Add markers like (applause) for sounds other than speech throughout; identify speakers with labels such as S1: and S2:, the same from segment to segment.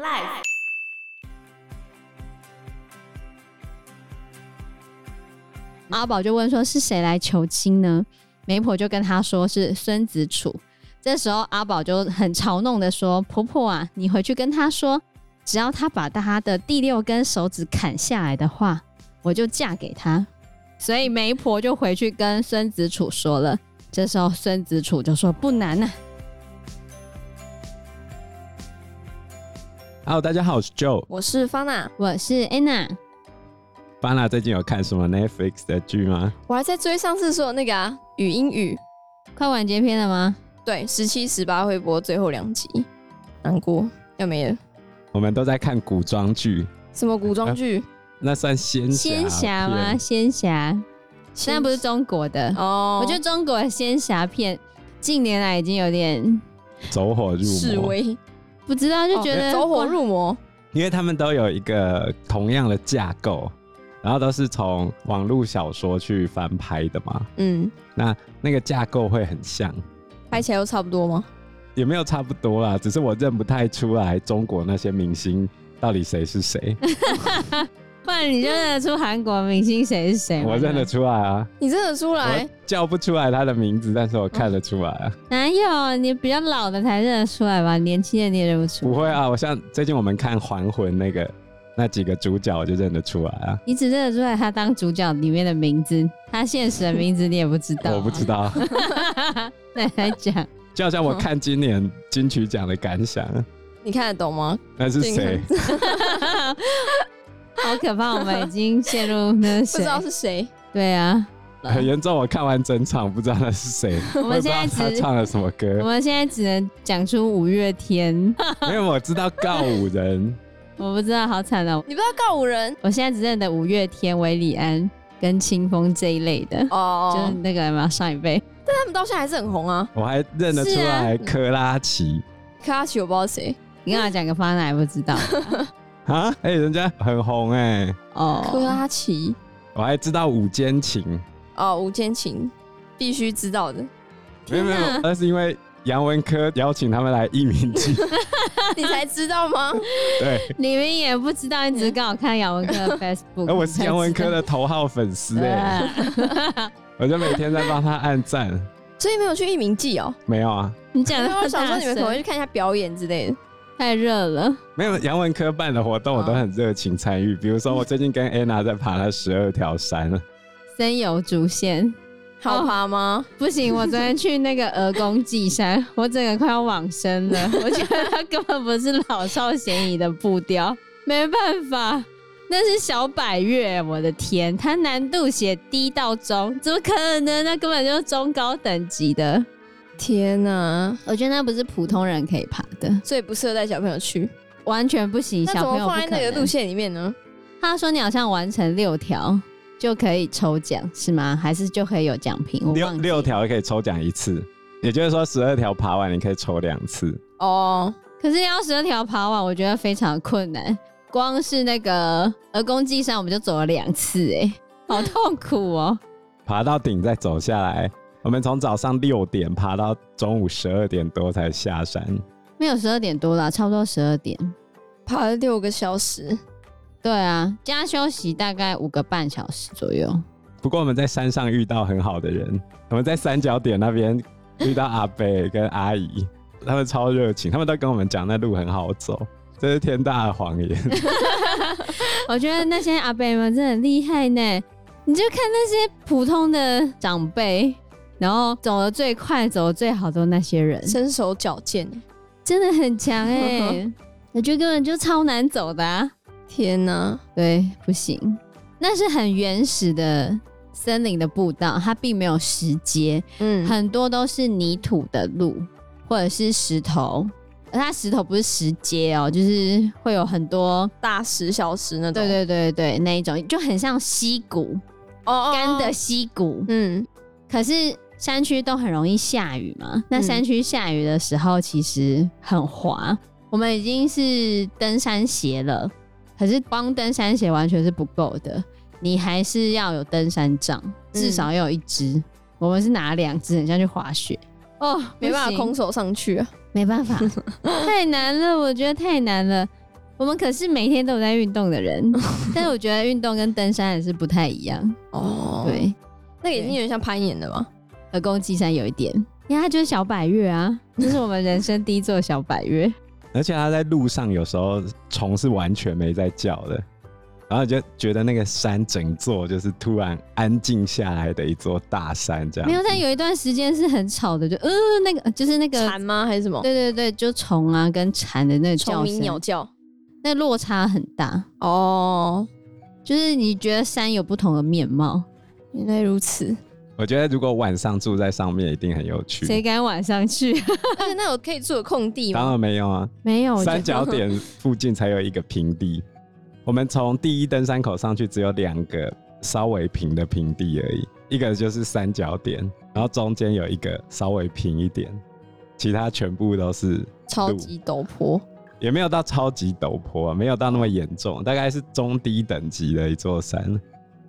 S1: Life。阿宝就问说：“是谁来求亲呢？”媒婆就跟他说：“是孙子楚。”这时候阿宝就很嘲弄的说：“婆婆啊，你回去跟他说，只要他把他的第六根手指砍下来的话，我就嫁给他。”所以媒婆就回去跟孙子楚说了。这时候孙子楚就说：“不难呐、啊。
S2: Hello，大家好，我是 Joe。
S3: 我是方娜，”
S1: 我是 Anna，
S2: 巴拉最近有看什么 Netflix 的剧吗？
S3: 我还在追上次说的那个啊，语音语，
S1: 快完结篇了吗？
S3: 对，十七、十八会播最后两集，难过要没了。
S2: 我们都在看古装剧，
S3: 什么古装剧？
S2: 那算仙
S1: 仙侠吗？
S2: 片？
S1: 仙侠，虽然不是
S3: 仙
S1: 中国
S2: 啊
S1: 的，
S3: 哦，
S1: 我觉得中国的仙侠片近年来已经有点
S2: 走火入
S3: 示
S2: 魔，
S3: 威，哦
S1: 不知道，
S2: 哦
S1: 就觉得、
S3: 走火入魔，
S2: 因为他们都有一个同样的架构，然后都是从网络小说去翻拍的嘛，
S3: 嗯，
S2: 那个架构会很像，
S3: 拍起来都差不多吗？
S2: 也没有差不多啦，只是我认不太出来中国那些明星到底谁是谁，
S1: 不然你就认得出韩国明星谁是谁吗？
S2: 我认得出来啊，
S3: 你认得出来哦
S2: 我？叫不出来他的名字，但是我看得出来啊。
S1: 哪有？你比较老的才认得出来吧，年轻的你也认不出。
S2: 不会，啊，我像最近我们看《还魂》那个那几个主角，我就认得出来啊。
S1: 你只认得出来他当主角里面的名字，他现实的名字你也不知道、
S2: (laughs) 我不
S1: (laughs)
S2: 知，道，
S1: 那你还讲
S2: 就好像我看今年金曲奖的感想，
S3: 你看得懂吗？
S2: 那是谁？
S1: 好可怕，我们已经陷入那
S3: 不
S1: 谁
S3: 知？道是谁，
S1: 对啊，
S2: (laughs) 很严重。我看完整场不知道那是谁，
S1: (laughs) 我
S2: 我也
S1: 们
S2: 不知
S1: 现
S2: 道
S1: 在
S2: 他
S1: 只
S2: 唱了什么
S1: 我 (laughs)
S2: 歌，
S1: 们现在只能讲出五月天，
S2: 因为我知道告五人，
S1: 我不知道，好惨哦！
S3: 你不知道告五人
S1: 我现在只认得五月天、韦礼安跟清风这一类的，就是
S3: 哦，
S1: 那个嘛，上一辈。
S3: 但他们到现在还是很红啊。
S2: 我还认得出来
S1: 啊
S2: 科拉奇
S3: 卡拉奇我不知道谁，
S1: 你刚才讲个方哪还不
S3: (laughs)
S1: 知道
S2: 啊，哎、人家很红哎、
S3: 科
S1: 哦，
S3: 拉奇
S2: 我还知道五间情，
S3: 哦，吴建琴必须知道的，
S2: 没
S1: 天
S2: 有没有
S1: 哪，
S2: 那是因为杨文科邀请他们来艺
S1: (laughs)
S2: 名剧，
S3: 你才知道吗？
S2: 对。
S1: 你们也不知道，你只是刚好看杨文科
S3: (laughs)
S1: 的 Facebook，
S2: 哎、我是杨文科的头号粉
S1: 啊
S2: 丝哎、
S3: 啊
S1: 对
S2: 我就每天在帮他按赞。
S3: 所以没有去一鸣记哦。
S2: 没有啊，
S1: (laughs) 你
S3: (laughs)
S1: 讲的
S3: 那我想说你们可能会去看一下表演之类的。
S1: 太热了，
S2: 没有杨文科办的活动，我都很热情参与。比如说，我最近跟 Anna 在爬那十二条山了，
S1: 森有竹线。
S3: 好爬吗？
S1: 不行，我昨天去那个鹅公祭山， (laughs) 我整个快要往生了。 (laughs) 我觉得它根本不是老少咸宜的步调，没办法，那是小百越，我的天，它难度写低到中，怎么可能？那根本就是中高等级的，
S3: 天哪、
S1: 我觉得那不是普通人可以爬的，
S3: 所以不适合带小朋友去。
S1: 完全不行。
S3: 那怎
S1: 小朋
S3: 么
S1: 友不
S3: 放
S1: 可
S3: 在那个
S1: 能
S3: 路。线里面呢？
S1: 他说你好像完成六条就可以抽奖是吗？还是就可以有奖品？我
S2: 六
S1: 忘记
S2: 六，条可以抽奖一次，也就是说十二条爬完你可以抽两次。
S3: 哦，
S1: 可是要十二条爬完，我觉得非常困难。光是那个鹅公祭山，我们就走了两次、 (laughs) 哎，好痛苦哦、
S2: 爬到顶再走下来，我们从早上六点爬到中午十二点多才下山。
S1: 没有十二点多啦，差不多十二点。
S3: 爬了六个小时，
S1: 对啊，加休息大概五个半小时左右。
S2: 不过我们在山上遇到很好的人，我们在三角点那边遇到阿贝跟阿姨，他们超热情，他们都跟我们讲那路很好走，这是天大的谎言。
S1: 我觉得那些阿伯们真的很厉害呢。你就看那些普通的长辈，然后走的最快、走的最好的那些人，
S3: 身手矫健。
S1: 真的很强哎、 (laughs) 我觉得根本就超难走的、啊。
S3: 天哪、
S1: 对，不行，那是很原始的森林的步道，它并没有石阶，
S3: 嗯，
S1: 很多都是泥土的路或者是石头，而它石头不是石阶哦，就是会有很多，
S3: 大十小时那种。
S1: 对对对对，那一种就很像溪谷，
S3: 哦，哦，哦
S1: 干的。溪谷。
S3: 嗯，
S1: 可是山区都很容易下雨嘛，那
S3: 嗯
S1: 山区下雨的时候其实很滑。我们已经是登山鞋了，可是光登山鞋完全是不够的，你还是要有登山杖，
S3: 嗯
S1: 至少要有一只。我们是拿两只，很像去滑雪哦，
S3: 没办
S1: 不 (laughs)
S3: 法
S1: 行
S3: 空手上去啊。 (laughs)
S1: 没办法，太难了，我觉得太难了。我们可是每天都有在运动的
S3: (laughs)
S1: 人，但是我觉得运动跟登山还是不太一样。
S3: 哦，，
S1: 对，
S3: 那个已经有点像攀岩了吧？
S1: 而公鸡山有一点，因为它就是小百越
S3: (laughs)
S1: 啊，这是我们人生第一座小百越。
S2: 而且它在路上有时候虫是完全没在叫的，然后你就觉得那个山整座就是突然安静下来的一座大山这样。
S1: 没有，但有一段时间是很吵的，就呃那个就是那个，
S3: 蝉吗？还是什么？
S1: 对对对，就虫啊跟蝉的那个
S3: 虫
S1: 叫
S3: 鸣、鸟
S1: 声，
S3: 叫。
S1: 那落差很大。
S3: 哦，
S1: 就是你觉得山有不同的面貌，
S3: 原来如此。
S2: 我觉得如果晚上住在上面一定很有
S1: 谁
S2: 趣。
S1: 敢晚上去？
S3: (laughs) 而且那有可以住的空地
S2: 当
S3: 吗？
S2: 然没有啊，
S1: (laughs) 没哦有，我觉
S2: 三
S1: 得
S2: 角点附近才有一个平地。我们从第一登山口上去只有两个稍微平的平地而已，一个就是三角点，然后中间有一个稍微平一点，其他全部都是
S3: 超级陡坡。
S2: 也没有到超级陡坡、啊，没有到那么严重，大概是中低等级的一座山。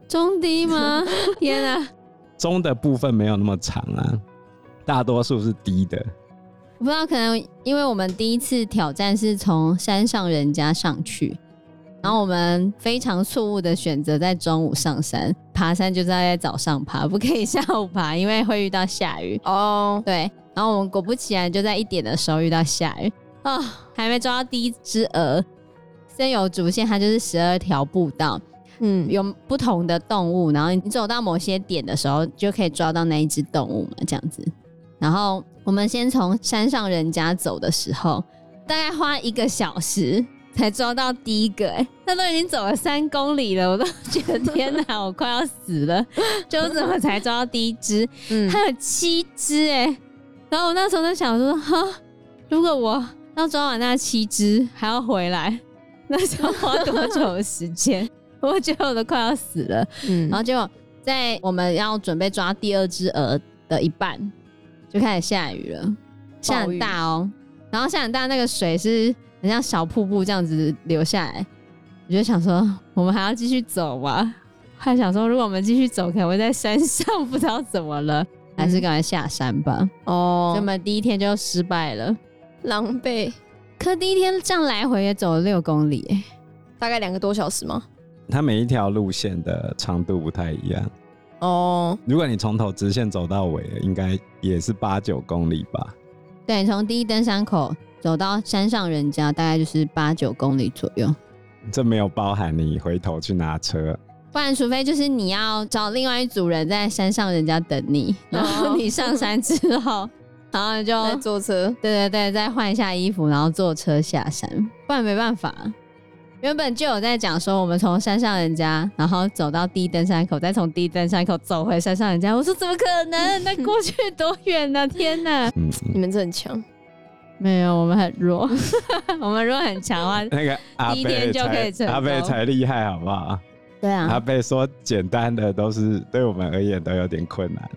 S1: 中低
S3: (laughs)
S1: 吗？天啊，
S2: 中的部分没有那么长啊，大多数是低的。
S1: 我不知道，可能因为我们第一次挑战是从山上人家上去，然后我们非常错误的选择在中午上山，爬山就是要在早上爬，不可以下午爬，因为会遇到下雨。 (laughs)
S3: 哦，
S1: 对，然后我们果不其然就在一点的时候遇到下雨啊、还没抓到第一只鹅。森友主线它就是十二条步道，
S3: 嗯，
S1: 有不同的动物，然后你走到某些点的时候，就可以抓到那一只动物嘛，这样子。然后我们先从山上人家走的时候，大概花一个小时才抓到第一个、欸，哎，他都已经走了三公里了，我都觉得天哪，我快要死了，就怎么才抓到第一只？
S3: 嗯， (laughs)
S1: 还有七只哎、然后我那时候在想说，哈，如果我要抓完那七只还要回来，那是要花多久的时间？我觉得我都快要死了。
S3: 嗯
S1: 然后结果在我们要准备抓第二只鹅的一半，就开始下雨了，下很大哦、然后下很大，那个水是很像小瀑布这样子流下来。我就想说，我们还要继续走吗？还想说，如果我们继续走，可能会在山上， (laughs) 不知道怎么了，还是赶快下山吧。所以我
S3: 哦，
S1: 们第一天就失败了。
S3: 狼狈，
S1: 可第一天这样来回也走了六公里、欸
S3: 大概两个多小时吗？
S2: 它每一条路线的长度不太一样，
S3: 哦，
S2: 如果你从头直线走到尾，应该也是八九公里吧。
S1: 对，从第一登山口走到山上人家，大概就是八九公里左右。
S2: 这没有包含你回头去拿车，
S1: 不然，除非就是你要找另外一组人在山上人家等你，然后你上山之后，然后你就
S3: 在坐车。
S1: 对对对，再换一下衣服，然后坐车下山，不然没办法。原本就有在讲说，我们从山上人家，然后走到第一登山口，再从第一登山口走回山上人家。我说怎么可能？那过去多远呢、天哪！ (laughs)
S2: 嗯，
S3: 你们真的很强，
S1: 没有，我们很弱， (laughs) 我们如果很强的啊话，
S2: 那个阿
S1: 第一天
S2: 贝
S1: 就可以
S2: 才
S1: 成
S2: 阿贝
S1: 功
S2: 才厉害，好不好？
S1: 对
S2: 阿
S1: 啊，
S2: 贝说简单的都是对我们而言都有点困难，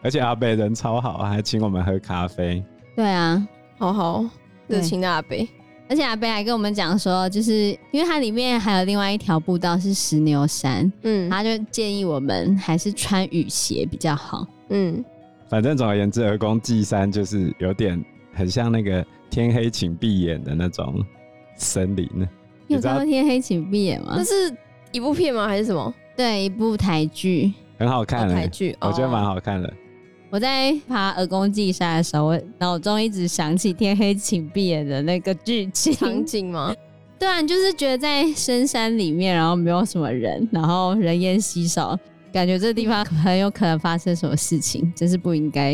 S2: 而且阿贝人超好，还请我们喝咖啡。
S1: 对啊。
S3: 好好热情的阿北。
S1: 而且阿贝还跟我们讲说，就是因为它里面还有另外一条步道是石牛山，
S3: 嗯
S1: 他就建议我们还是穿雨鞋比较好。
S3: 嗯，
S2: 反正总而言之，儿工祭山就是有点很像那个天黑请闭眼的那种森林。
S1: 你
S2: 你
S1: 有
S2: 知道
S1: 看过《天黑请闭眼》吗
S3: 那？是一部片吗？还是什么？
S1: 对，一部台剧。
S2: 很好看、
S3: 哦台
S2: 欸，
S3: 剧？
S2: 我觉得蛮
S3: 哦。
S2: 好看的。
S1: 我在爬鹅公祭山的时候，我脑中一直想起《天黑请闭眼》的那个剧
S3: 场
S1: 情。
S3: 景吗？
S1: 对啊，你就是觉得在深山里面，然后没有什么人，然后人烟稀少，感觉这地方很有可能发生什么事情，真是不应该。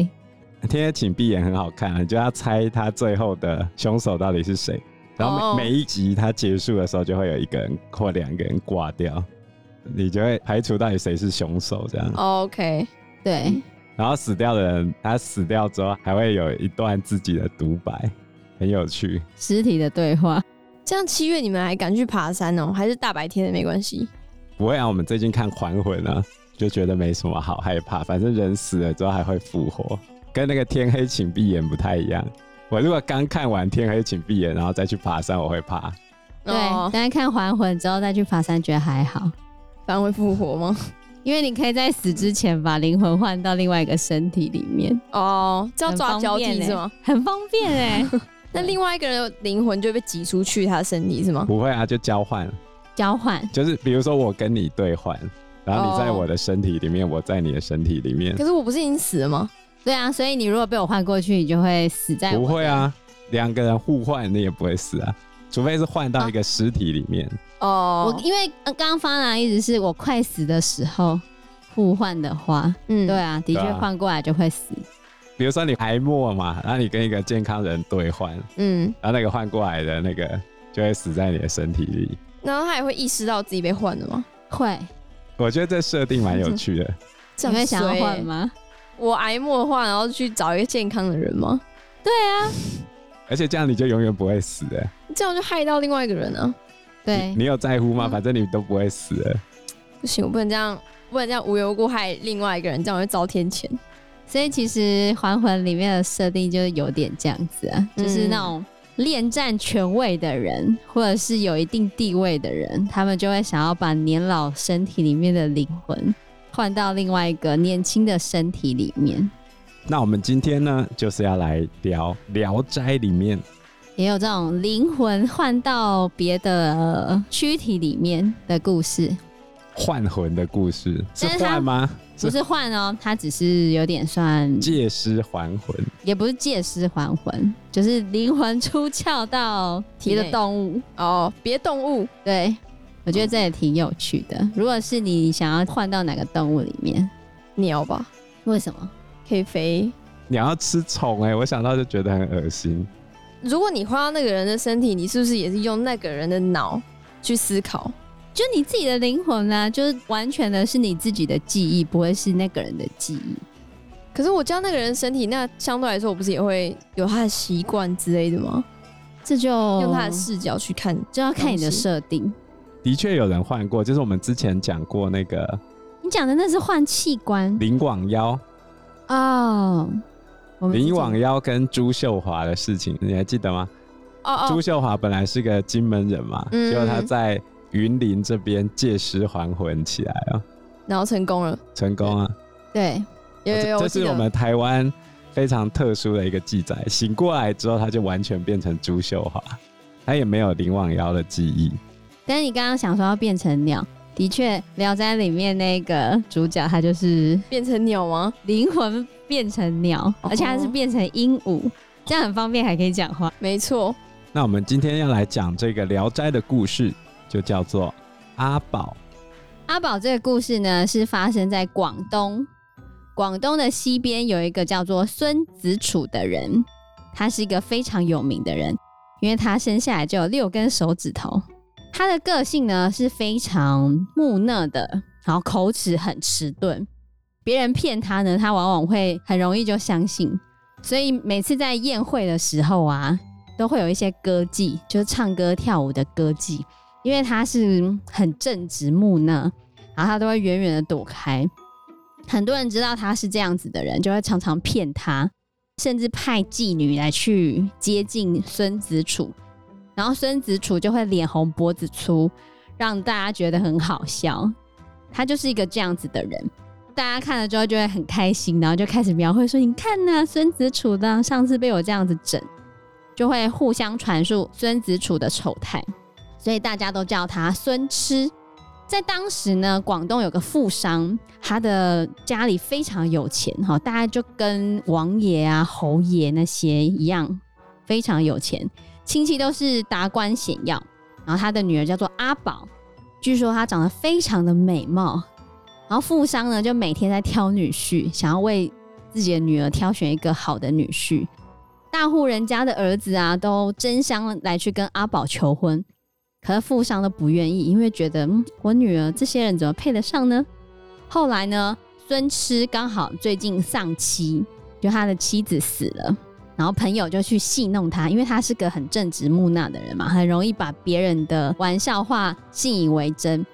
S2: 天黑请闭眼很好看、啊，你就要猜他最后的凶手到底是谁。然后每、
S3: 哦
S2: 每一集它结束的时候，就会有一个人或两个人挂掉，你就会排除到底谁是凶手这样。
S3: 哦 OK，
S1: 对，
S2: 然后死掉的人，他死掉之后还会有一段自己的独白，很有趣。
S1: 尸体的对话。
S3: 这样七月你们还敢去爬山哦？还是大白天的没关系？
S2: 不会啊，我们最近看《还魂》啊，就觉得没什么好害怕，反正人死了之后还会复活，跟那个《天黑请闭眼》不太一样。我如果刚看完《天黑请闭眼》，然后再去爬山，我会怕。
S1: 对
S3: 哦，
S1: 但是看《还魂》之后再去爬山，觉得还好，
S3: 反而会复活吗？
S1: 因为你可以在死之前把灵魂换到另外一个身体里面，
S3: 哦，这要
S1: 很
S3: 抓
S1: 方
S3: 交
S1: 便
S3: 替
S1: 欸
S3: 是吗？ (laughs)
S1: 很方便哎、
S3: 那另外一个人的灵魂就被挤出去他的身体是吗？
S2: 不会啊，就交换，
S1: 交换。
S2: 就是比如说我跟你兑换，然后你在
S3: 哦
S2: 我的身体里面，我在你的身体里面
S3: 可，是我不是已经死了吗？
S1: 对啊，所以你如果被我换过去，你就会死在我
S2: 不
S1: 的
S2: 会。啊，两个人互换你也不会死啊，除非是换到一个尸体里面。
S3: 哦，
S1: 我因为呃刚刚方兰一直是我快死的时候互换的话，
S3: 嗯
S1: 对，啊，的确
S2: 对啊
S1: 换过来就会死。
S2: 比如说你癌末嘛，然后你跟一个健康人兑换，
S3: 嗯，
S2: 然后那个换过来的那个就会死在你的身体里。
S3: 然后他也会意识到自己被换了吗？
S1: 会，
S2: 我觉得这设定蛮有趣
S1: 嗯
S2: 的，
S1: 你会想要换
S3: 吗？
S1: 吗？
S3: 我癌末的话，然后去找一个健康的人吗？啊
S2: 而且这样你就永远不会死的。
S3: 这样就害到另外一个人啊！
S1: 对
S2: 你，你有在乎吗？
S3: 嗯
S2: 反正你都不会死的。
S3: 不行，我不能这样，不能这样无缘无故害另外一个人，这样我会遭天谴。
S1: 所以其实《还魂》里面的设定就是有点这样子啊，
S3: 嗯
S1: 就是那种恋战权位的人，或者是有一定地位的人，他们就会想要把年老身体里面的灵魂换到另外一个年轻的身体里面，
S2: 那我们今天呢，就是要来聊《聊斋》里面
S1: 也有这种灵魂换到别的呃躯体里面的故事，
S2: 换魂的故事，是
S1: 但是它
S2: 换吗？
S1: 不是换哦，它只是有点算，
S2: 借尸还魂，
S1: 也不是借尸还魂，就是灵魂出窍到别
S3: 体
S1: 的
S3: 内
S1: 动物。
S3: 哦，别动物，
S1: 对，我觉得这也挺有趣的。如果是你想要换到哪个动物里面，
S3: 鸟吧，
S1: 为什么？
S3: 可以飞。
S2: 你要吃虫哎、我想到就觉得很恶心。
S3: 如果你换到那个人的身体，你是不是也是用那个人的脑去思考？
S1: 就你自己的灵魂啦、就是完全的是你自己的记忆，不会是那个人的记忆。
S3: 可是我知道那个人的身体，那相对来说，我不是也会有他的习惯之类的吗？
S1: 这就
S3: 用他的视角去看，
S1: 就要看你的设定。
S2: 的确有人换过，就是我们之前讲过那个
S1: 你讲的那是换器官
S2: 林广妖，
S1: 哦。我们
S2: 林
S1: 之前
S2: 广妖跟朱秀华的事情，你还记得吗？
S3: 哦哦
S2: 朱，秀华本来是个金门人嘛，
S3: 嗯
S2: 结果他在云林这边借尸还魂起来了，
S3: 然后成功了，
S2: 成功啊！
S1: 对
S3: 有有有，
S2: 哦这
S3: 我
S2: 是
S3: 记得
S2: 我们台湾非常特殊的一个记载。醒过来之后，他就完全变成朱秀华，他也没有林网妖的记忆。
S1: 但是你刚刚想说要变成鸟，的确，《聊斋》里面那个主角他就是
S3: 变成鸟吗？
S1: 灵魂变成鸟，
S3: 哦
S1: 而且他是变成鹦鹉，这样很方便，还可以讲话。
S3: 没错，
S2: 那我们今天要来讲这个《聊斋》的故事，就叫做阿宝。
S1: 阿宝这个故事呢，是发生在广东。广东的西边有一个叫做孙子楚的人，他是一个非常有名的人，因为他生下来就有六根手指头。他的个性呢是非常木讷的，然后口齿很迟钝。别人骗他呢，他往往会很容易就相信。所以每次在宴会的时候啊，都会有一些歌妓，就是唱歌跳舞的歌妓，因为他是很正直木讷，然后他都会远远的躲开。很多人知道他是这样子的人，就会常常骗他，甚至派妓女来去接近孙子楚，然后孙子楚就会脸红脖子粗，让大家觉得很好笑。他就是一个这样子的人，大家看了之后就会很开心，然后就开始描绘说：“你看呐、孙子楚的上次被我这样子整，就会互相传述孙子楚的丑态。”所以大家都叫他孙痴。在当时呢，广东有个富商，他的家里非常有钱哈，大家就跟王爷啊、侯爷那些一样，非常有钱，亲戚都是达官显要。然后他的女儿叫做阿宝，据说她长得非常的美貌。然后富商呢，就每天在挑女婿，想要为自己的女儿挑选一个好的女婿。大户人家的儿子啊，都争相来去跟阿宝求婚，可是富商都不愿意，因为觉得、嗯、我女儿这些人怎么配得上呢？后来呢，孙痴刚好最近丧妻，就他的妻子死了，然后朋友就去戏弄他，因为他是个很正直木讷的人嘛，很容易把别人的玩笑话信以为真。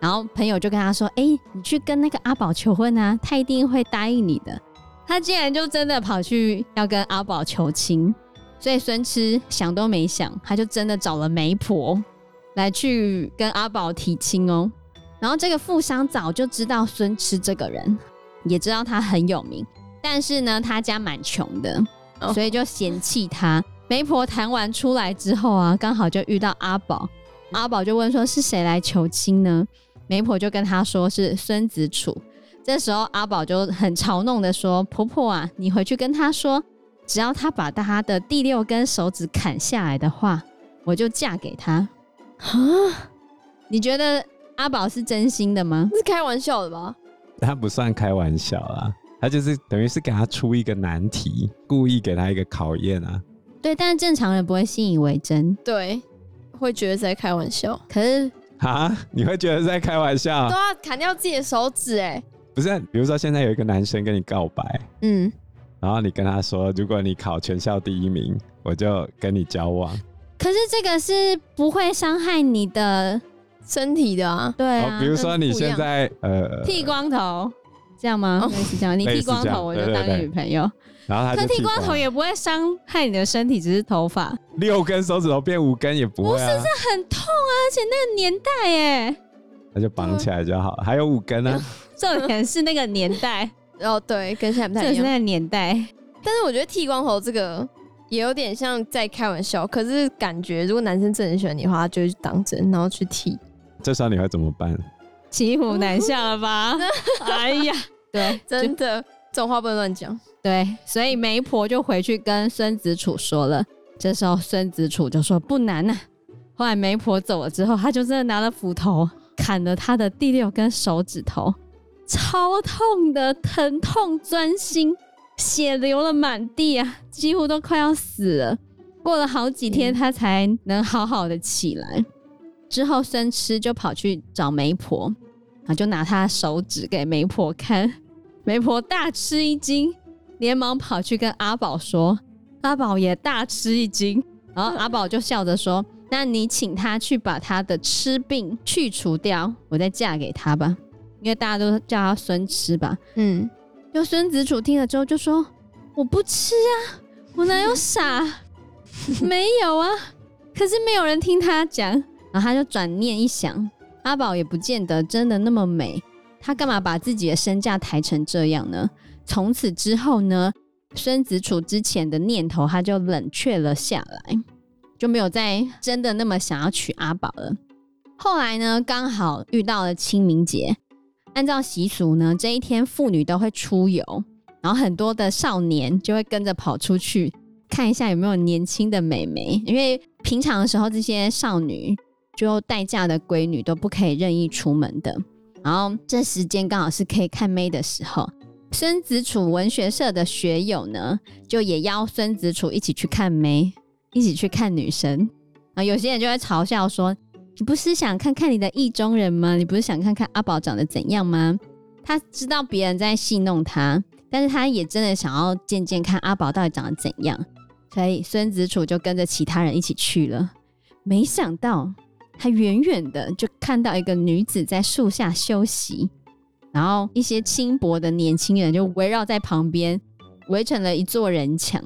S1: 然后朋友就跟他说：“哎、你去跟那个阿宝求婚啊，他一定会答应你的。”他竟然就真的跑去要跟阿宝求亲，所以孙痴想都没想，他就真的找了媒婆来去跟阿宝提亲哦。然后这个富商早就知道孙痴这个人，也知道他很有名，但是呢，他家蛮穷的，
S3: 哦
S1: 所以就嫌弃他，媒婆谈完出来之后啊，刚好就遇到阿宝，阿宝就问说是谁来求亲呢？媒婆就跟他说是孙子楚。这时候阿宝就很嘲弄的说：“婆婆啊，你回去跟他说，只要他把他的第六根手指砍下来的话，我就嫁给他。
S3: 啊，”
S1: 你觉得阿宝是真心的吗？
S3: 这是开玩笑的吧？
S2: 他不算开玩笑啦，他就是等于是给他出一个难题，故意给他一个考验啊。
S1: 对，但是正常人不会信以为真。
S3: 对，会觉得是在开玩笑。
S1: 可是
S2: 哈，你会觉得是在开玩笑啊
S3: 都？要砍掉自己的手指哎、
S2: 不是，比如说现在有一个男生跟你告白，
S3: 嗯，
S2: 然后你跟他说，如果你考全校第一名，我就跟你交往。
S1: 可是这个是不会伤害你的，
S3: 身体的啊，
S1: 对
S2: 哦，
S1: 啊
S2: 比，如说你
S3: 那不一
S2: 现
S3: 样
S2: 在呃，
S1: 剃光头这样吗？
S3: 哦
S1: 类似这样，你
S2: 类
S1: 剃
S2: 似
S1: 光
S2: 这样
S1: 头我就
S2: 对对
S1: 当你
S2: 对
S1: 女朋友。
S2: 然后他
S1: 可
S2: 就
S1: 剃光头
S2: 了
S1: 也不会伤害你的身体，只是头发
S2: 六根手指头变五根也不会啊，
S1: 很痛啊，而且那个年代耶，
S2: 那就绑起来就好了。还有五根啊呢，
S1: 重点是那个年
S2: (laughs)
S1: 代，
S3: 哦对，跟现在不
S1: 重
S3: 太
S1: 点
S3: 一
S1: 是
S3: 样。
S1: 那个年代。
S3: 但是我觉得剃光头这个也有点像在开玩笑，可是感觉如果男生真的很喜欢你的话，他就会去当真，然后去剃。
S2: 这时候你会怎么办？
S1: 骑虎难下了
S2: (laughs)
S1: 吧？哎呀，对，
S3: 真
S1: 就
S3: 的，这种话不能乱讲。
S1: 对，所以媒婆就回去跟孙子楚说了。这时候孙子楚就说不难呐、后来媒婆走了之后，他就真的拿了斧头砍了他的第六根手指头，超痛的，疼痛钻心，血流了满地啊，几乎都快要死了。过了好几天，
S3: 嗯
S1: 他才能好好的起来。之后，孙痴就跑去找媒婆，啊，就拿他的手指给媒婆看，媒婆大吃一惊，连忙跑去跟阿宝说，阿宝也大吃一惊，然后阿宝就笑着说：“那你请他去把他的痴病去除掉，我再嫁给他吧，因为大家都叫他孙痴吧。”
S3: 嗯，
S1: 就孙子楚听了之后就说：“我不吃啊，我哪有傻？ (laughs) 没有啊。”可是没有人听他讲，然后他就转念一想，阿宝也不见得真的那么美，他干嘛把自己的身价抬成这样呢？从此之后呢，孙子楚之前的念头他就冷却了下来，就没有再真的那么想要娶阿宝了。后来呢，刚好遇到了清明节，按照习俗呢，这一天妇女都会出游，然后很多的少年就会跟着跑出去看一下有没有年轻的美眉，因为平常的时候这些少女就待嫁的闺女都不可以任意出门的。然后这时间刚好是可以看妹的时候，孙子楚文学社的学友呢，就也邀孙子楚一起去看妹，一起去看女生。啊，有些人就会嘲笑说：“你不是想看看你的意中人吗？你不是想看看阿宝长得怎样吗？他知道别人在戏弄他，但是他也真的想要见见看阿宝到底长得怎样，所以孙子楚就跟着其他人一起去了。没想到他远远的就看到一个女子在树下休息，然后一些轻薄的年轻人就围绕在旁边，围成了一座人墙。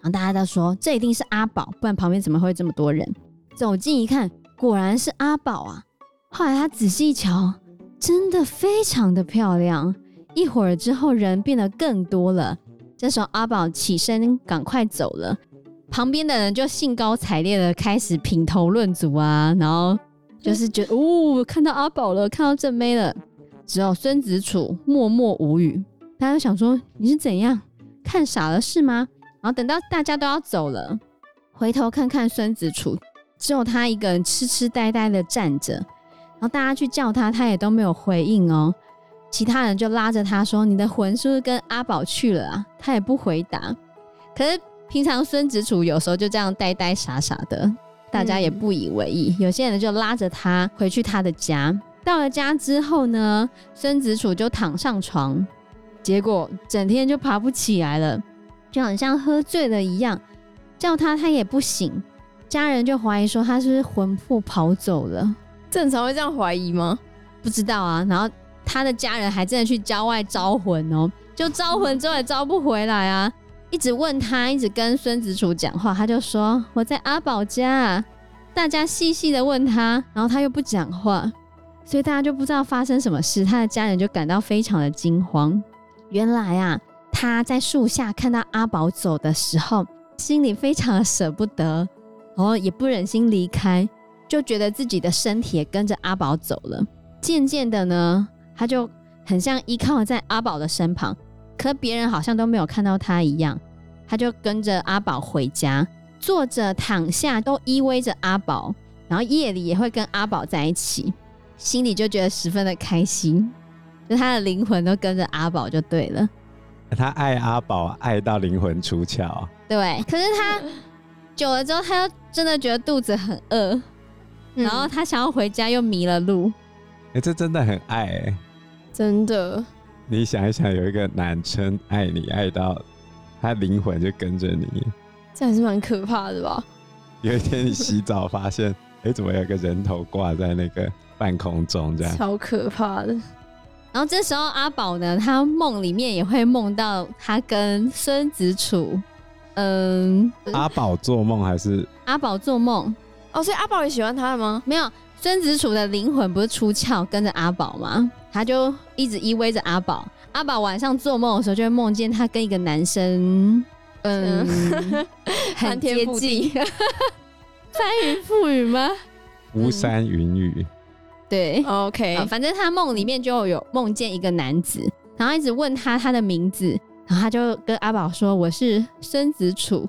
S1: 然后大家都说这一定是阿宝，不然旁边怎么会这么多人？走近一看，果然是阿宝啊！后来他仔细一瞧，真的非常的漂亮。一会儿之后，人变得更多了。这时候阿宝起身，赶快走了。旁边的人就兴高采烈的开始评头论足啊，然后就是觉得哦，看到阿宝了，看到正妹了。只有孙子楚默默无语，大家就想说你是怎样看傻了是吗？然后等到大家都要走了，回头看看孙子楚，只有他一个人痴痴呆呆的站着，然后大家去叫他，他也都没有回应哦。其他人就拉着他说：“你的魂是不是跟阿宝去了啊？”他也不回答。可是平常孙子楚有时候就这样呆呆傻傻的，大家也不以为意。有些人就拉着他回去他的家。到了家之后呢，孙子楚就躺上床，结果整天就爬不起来了，就很像喝醉了一样。叫他他也不醒，家人就怀疑说他是不是魂魄跑走了，
S3: 正常会这样怀疑吗？
S1: 不知道啊。然后他的家人还真的去郊外招魂哦，就招魂之后也招不回来啊，一直问他，一直跟孙子楚讲话，他就说我在阿宝家啊。大家细细的问他，然后他又不讲话，所以大家就不知道发生什么事，他的家人就感到非常的惊慌。原来啊，他在树下看到阿宝走的时候，心里非常的舍不得，然后也不忍心离开，就觉得自己的身体也跟着阿宝走了。渐渐的呢，他就很像依靠在阿宝的身旁，可别人好像都没有看到他一样，他就跟着阿宝回家，坐着、躺下都依偎着阿宝，然后夜里也会跟阿宝在一起，心里就觉得十分的开心，就他的灵魂都跟着阿宝就对了。
S2: 他爱阿宝爱到灵魂出窍啊，
S1: 对，可是他久了之后，他又真的觉得肚子很饿，
S3: 嗯
S1: 然后他想要回家又迷了路。
S2: 哎、这真的很爱、欸。
S3: 真的，
S2: 你想一想，有一个男生爱你爱到他灵魂就跟着你，
S3: 这还是蛮可怕的吧？
S2: 有一天你洗澡发现， (laughs) 哎、怎么有个人头挂在那个半空中这样？
S3: 超可怕的，
S1: 然后这时候阿宝呢，他梦里面也会梦到他跟孙子楚，嗯，
S2: 阿宝做梦还是
S1: 阿宝做梦
S3: 哦，所以阿宝也喜欢他了吗？
S1: 没有孙子楚的灵魂不是出窍跟着阿宝吗？他就一直依偎着阿宝。阿宝晚上做梦的时候，就会梦见他跟一个男生， (laughs) 嗯，很
S3: 翻天
S1: 接
S3: 覆
S1: 近， (laughs) 翻云覆雨吗？
S2: 巫山云雨？
S1: 对，
S3: 嗯 OK，
S1: 啊反正他梦里面就有梦见一个男子，然后一直问他他的名字，然后他就跟阿宝说：“我是孙子楚。